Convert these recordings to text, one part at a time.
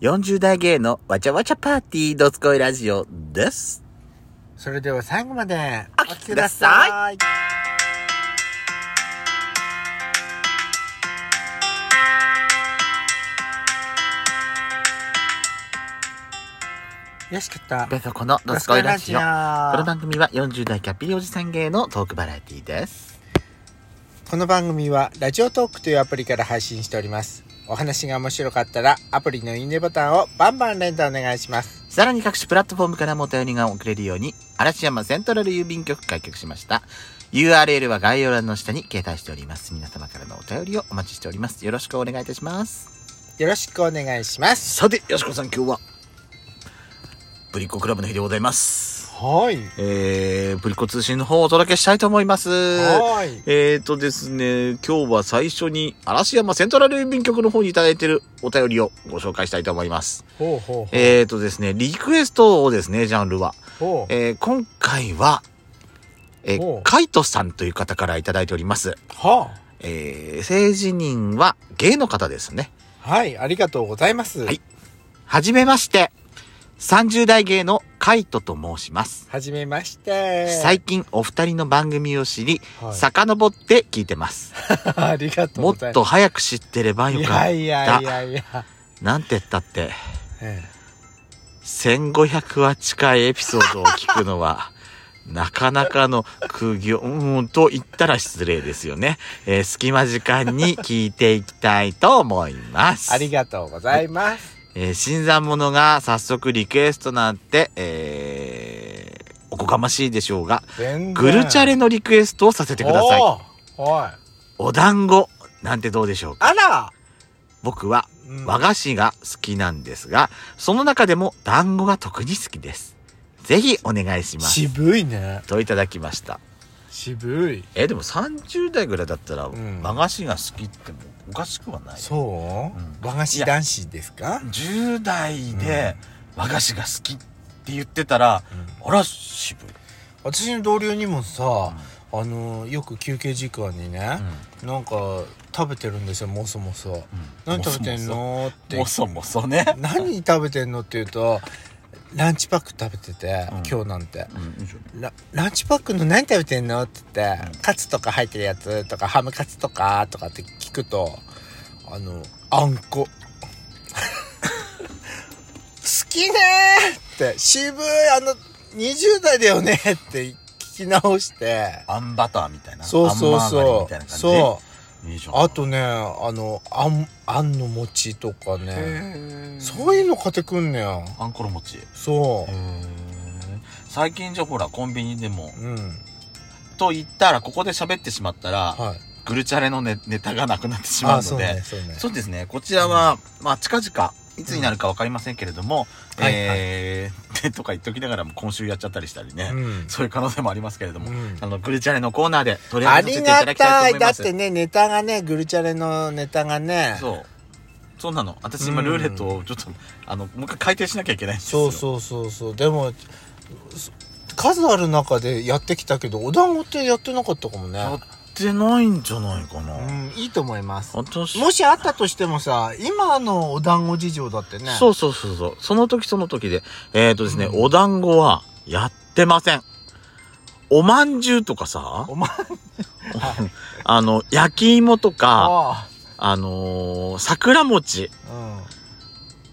40代芸のわちゃわちゃパーティードスコイラジオです。それでは最後までお聞きください。よしかった。ベソコのドスコイラジオ。ここのの番番組は40代キャッピリおじさん芸のトークバラエティーです。この番組はラジオトークというアプリから配信しております。お話が面白かったらアプリのいいねボタンをバンバン連打お願いします。さらに各種プラットフォームからもお便りが送れるように、嵐山セントラル郵便局開局しました。URL は概要欄の下に掲載しております。皆様からのお便りをお待ちしております。よろしくお願いいたします。よろしくお願いします。さて、よしこさん今日は、ブリッコクラブの日でございます。はい。えー、ブリッコ通信の方をお届けしたいと思います。はい。えーとですね、今日は最初に嵐山セントラル郵便局の方にいただいているお便りをご紹介したいと思います。ほうほうほう。えーとですね、リクエストをですね、ジャンルは。ほう。えー今回は、えおーう、カイトさんという方からいただいております。はあ。えー、性自認は芸の方ですね。はい、ありがとうございます。はいはじめまして、30代芸のカイトと申します。はじめまして。最近お二人の番組を知り、はい遡って聞いてます。ありがとうもごっざいとま早く知ってればす。よいかった。やいやいやいや。なんて言ったって、え1500話近いエピソードを聞くの は、なかなかの苦行、うん、と言ったら失礼ですよね。えー隙間時間に聞いていきたいと思います。えありがとうございます。えー新参者が早速リクエストなんて、えーおこがましいでしょうが、全然。グルチャレのリクエストをさせてください。おーはい。お団子なんてどうでしょうかあら、僕はうん和菓子が好きなんですが、その中でも団子が特に好きです。ぜひお願いします。渋いね。といただきました。渋い。え、でも30代ぐらいだったら、ん和菓子が好きってもおかしくはない。そう、うん和菓子男子ですか10代で和菓子が好きって言ってたら、あら、渋い。私の同僚にもさ、あの、よく休憩時間にね、なんか食べてるんですよ、もそもそ。何食べてんのってもそもそね。何食べてんのって言うとランチパック食べてて、うん今日なんてラランチパックの何食べてんのって言って、カツとか入ってるやつとかハムカツとかとかって聞くとあのあんこ好きねーって渋いあの20代だよねって聞き直してあんバターみたいな。そうそうあんそマーガリンみたいなう感じ。そういいじゃんうあとねあのあんあんの餅とかねへーそういうの買ってくんねよあんころ餅。そうへー最近じゃほらコンビニでもうん。と言ったらここで喋ってしまったら、はい。グルチャレのネネタがなくなってしまあ、うのでそうね、そうね。そうですねこちらは、まあ近々いつになるかわかりませんけれども、うんえー でとか言っときながらも今週やっちゃったりしたりね、うん。そういう可能性もありますけれども、うんあのグルチャレのコーナーで取りあ上げさせてりいたがだきたたいとい。思いだまっすてね、ネタがね、グルチャレのネタがね。そうそうなの私今うんルーレットをちょっと、あのもう一回改定しなきゃいけないんですそようそうそうそう。でも、そ数ある中でやってきたけど、お団子ってやってなかったかもね。やってないんじゃないかな、うん、いいと思います。私もしあったとしてもさ、今のお団子事情だってね。。そううそうそうそう。その時その時で。えっ、ー、とですね、うんお団子はやってません。おまんじゅうとかさ、お前、あの、焼き芋とか、ああのー桜餅あ。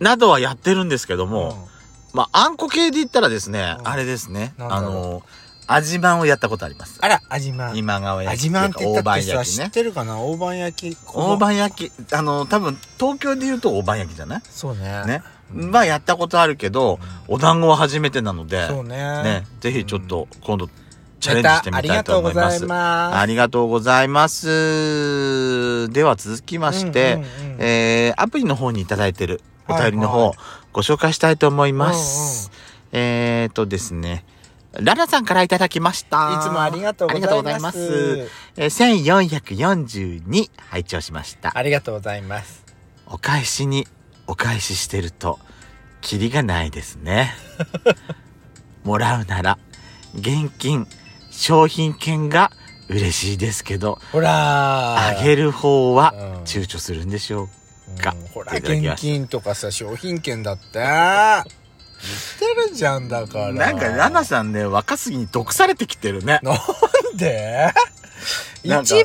などはやってるんですけどうん。も、まあ、あんこ系で言ったらですね、うんあれですね、なんあだろうのー味まんをやってことあります。あら、味まん。今川焼き。味まんって言ったっ大判てさ、焼き知っね。てるかな大判焼き。大判焼き、あのー多分、東京で言うと大判焼きじゃないそうね。ね。はやったことあるけど、お団子は初めてなので、そうね。ね、ぜひちょっと今度チャレンジしてみたいと思いありがとうごまざすい。まありがとうございます。では続きまして、うんうんうんえー、アプリの方にいただいてるお便りのはい方、はいご紹介したいと思います。えーとですね、ララさんからいただきました。す。いつもありがとうございま。ありがとうございますえー1442拝聴しました。ありがとうございます。お返しにお返ししてるとキリがないです ねもらうなら現金商品券が嬉しいですけどほらあーげる方はうん躊躇するんでしょう、うんかうんほらいただきました現金とかさ商品券だって言ってるじゃんだからなんか、ナナさんね、若すぎに毒されてきてるね。なんでなんか一番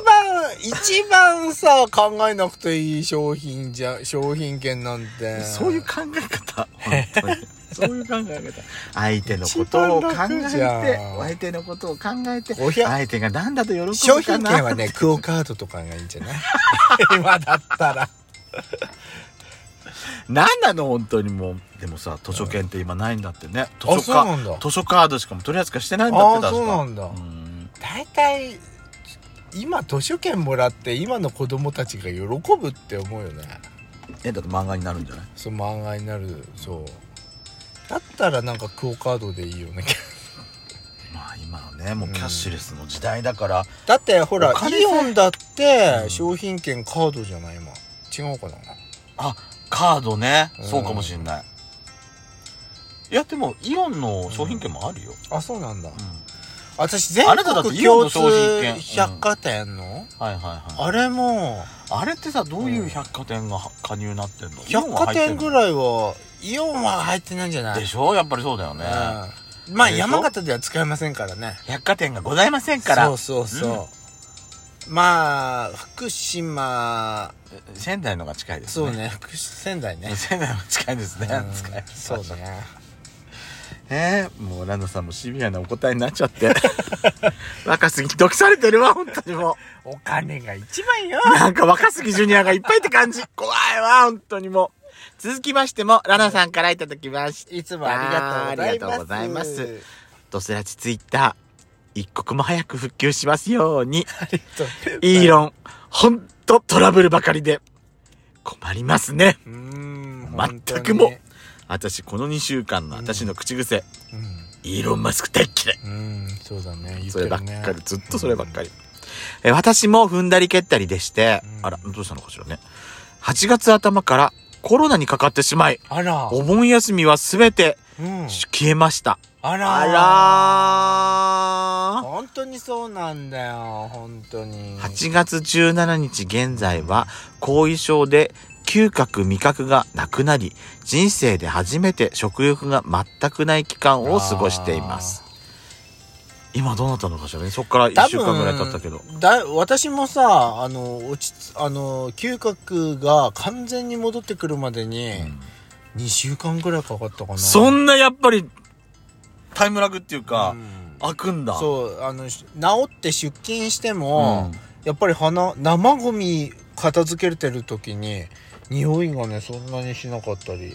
一番さ考えなくていい商品じゃ商品券なんてそういう考え方。本当に。 そういう考え方。相手のことを考え一番楽てじゃん、相手のことを考えて、おひゃ相手が何だと喜ぶかな。商品券はねクオカードとかがいいんじゃない 今だったら何なの本当にもう。でもさ、図書券って今ないんだってね。図あ書そうカなんだ図書カードしかも取り扱いしてないんだって、あ確かそうなんだうん大体今図書券もらって今の子供たちが喜ぶって思うよねえ、だって漫画になるんじゃないそう漫画になるそうだったらなんかクオカードでいいよね まあ今はね、もうキャッシュレスの時代だから、だってほらお金さイオンだっうてん商品券カードじゃない今違うかなカードね、うんそうかもしれない。いや、でも、イオンの商品券もあるよ。あそうなんだ、うん私全あなただって国イオンの共商品通券百貨店の、はいはいはい。あれもあれってさ、どういう百貨店が加入になってんの百貨店ぐい。らいはイオンは入ってないんじゃないでしょやっぱりそうだよね。うんまあでしょ山形では使えませんからね百貨店がございませんからそう、そうそう、まあ福島仙台のが近いですそね。う。ね福仙台ね 仙台のが近いですね。 近いうんそうねえー、もうランナさんもシビアなお答えになっちゃって。 若すぎ、毒されてるわ、本当にもお金が一番よう。 なんか若すぎジュニアがいっぱいって感じ。怖いわ、本当にもう。続きましても、ラナさんからいただきました。いつもありがとうございあますーありがとうございドスラチツイッター、一刻も早く復旧しますように。ありがとうイーロン、ほんとトラブルばかりで、困りますね。うーん全くも私、この2週間の私の口癖、本イーロンマスク大っ嫌い。当にうん、うん、そうだね言っそれてるばっねかり、ずっとそればっかり。え私も踏んだり蹴ったりでして、うんあら、どうしたのかしらね。8月頭からコロナにかかってしまい、あらお盆休みはすべてうん消えました。あらあらー。本当にそうなんだよ本当に8月17日現在は後遺症で嗅覚味覚がなくなり人生で初めて食欲が全くない期間を過ごしています今どうなったのかしらねそっから1週間ぐらい経ったけど多分だ私もさあの落ちつあの嗅覚が完全に戻ってくるまでにうん2週間ぐらいかかったかなそんなやっぱりタイムラグっていうかうん開くんだそうあのし治って出勤してうんも、やっぱり鼻生ゴミ片付けてる時に匂いがねそんなにしなかったりへ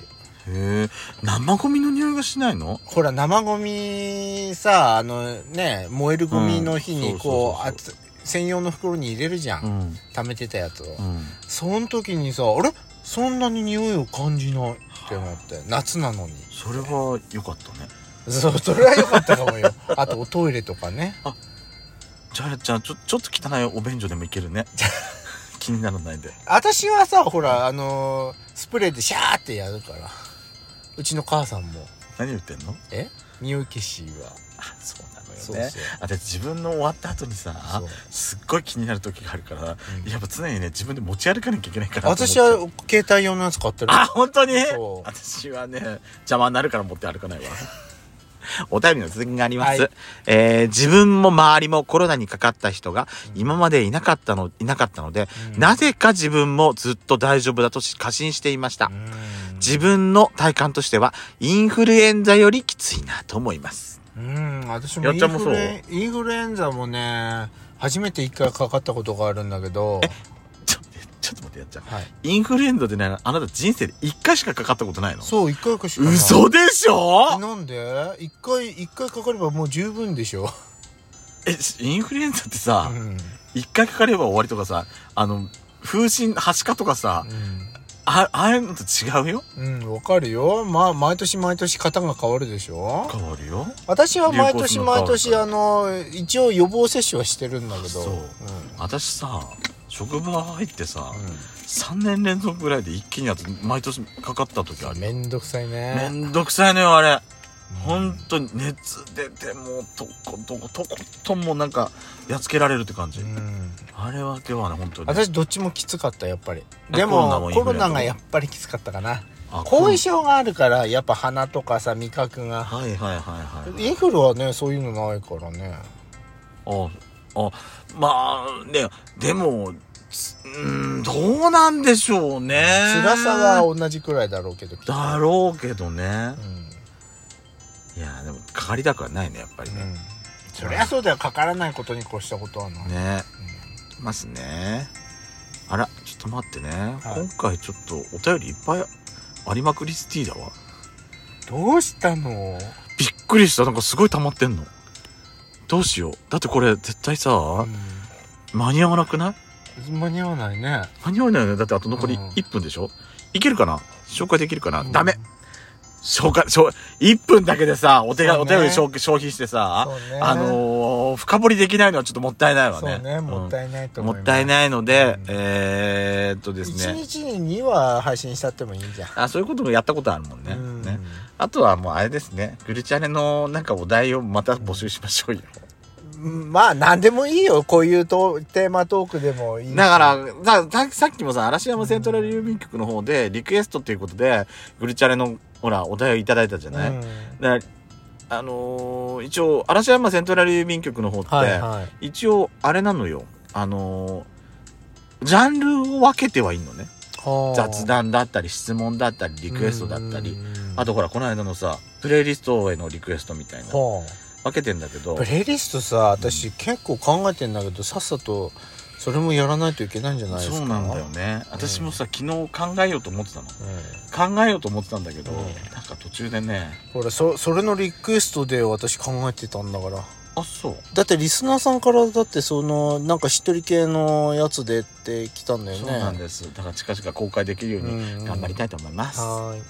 え生ゴミの匂いがしないのほら生ゴミさあのね燃えるゴミの日うんにこそう,うあそつ、専用の袋に入れるじゃん、ん溜めてたやつを、うんその時にさあれそんなに匂いを感じないって思って夏なのにそれは良かったねそうそれは良かったかもよ あとおトイレとかねじゃあじゃあちょちょっと汚いお便所でもいけるね気にならないで私はさほらあのースプレーでシャーってやるからうちの母さんも何言ってんのえ匂い消しはあそうなのよねそうそうあだって自分の終わった後にさそうすっごい気になる時があるから、うんやっぱ常にね自分で持ち歩かなきゃいけないから私は携帯用のやつ買ってるあ本当にそう私はね邪魔になるから持って歩か ないわお便りの続きがあります、はいえー自分も周りもコロナにかかった人が今までいなかったのいなかったので、うんなぜか自分もずっと大丈夫だとし過信していました、うん自分の体感としてはインフルエンザよりきついなと思いますうん私もやっイちゃんンもフそうルエンインフルエンザもね初めて一回かかったことがあるんだけどちょちょっと待ってやっちゃうはいインフルエンザでね、あなた人生で1回しかかかったことないのそう一回かしかない嘘でしょなんで一回一回かかればもう十分でしょ、え、しインフルエンザってさう、ん1回かかれば終わりとかさ、あの、風疹、はしかとかさ、あ、ああいうのと違うようんうんわかるよまあ毎年毎年型が変わるでしょ変わるよ。私は毎流行する年の変わる毎年あの一応予防接種はしてるんだけどそう私さ、職場入ってさ、うん3年連続ぐらいで一気にやって毎年かかった時あうんるよ。めんどくさいめねんどくさいのよ、あれ。本当に熱出てもうとことことことんもうなんかやっつけられるって感じ、うんあれは今日はね本当に私どっちもきつかったやっぱりあでコロナももインフコルエンロザもナがやっぱりきつかったかなあ後遺症があるからやっぱ鼻とかさ味覚がはいはいはいはいインフルはねそういうのないからねああまあねでもつうーんどうなんでしょうね辛さは同じくらいだろうけどきっとだろうけどねうんいやでもかかりたくはないねやっぱりうね、んそりゃそうだよかからないことに越したことはない、ねますねあらちょっと待ってね、はい今回ちょっとお便りいっぱいありまくりスティーだわうんどうしたのびっくりしたなんかすごい溜まってんのどうしようだってこれ絶対さ、間に合わなくないうん間に合わないね間に合わないよねだってあと残りうん1分でしょ、いけるかな紹介できるかな、うんダメ紹介紹1分だけでさお手が、そおうね便り消消費してさ、そうねあのー深掘りできないのはちょっともったいないわねそうねもっいたいないとも思います、ったいないので、うんえー、っとです一ね日に2話配信したってもいいじゃんあそういうこともやったことあるもんね,、うんねあとはもうあれですねグルチャレのなんかお題をまた募集しましょうようんまあ何でもいいよこういうとテーマトークでもいいしだからさささっきもさ嵐山セントラル郵便局の方でリクエストっていうことでグルチャレのほらお題をいただいたじゃない、うんだからあのー一応嵐山セントラル郵便局の方って、はいはい一応あれなのよあのージャンルを分けてはいいのね雑談だったり質問だったりリクエストだったりあととほらこの間のさプレイリストへのリクエストみたいな分はけてんだけあどプレイリストさ私結構考えてんだけどさっさとそれもやらないといけないんじゃないですかそうなんだよね私もさ昨日考えようと思ってたのうん考えようと思ってたんだけど、うんなんか途中でねほらそそれのリクエストで私考えてたんだからあそうだってリスナーさんからだってそのなんかしっとり系のやつでって来たんだよそねうなんですだから近々公開できるようにうん頑張りたいと思います、はーい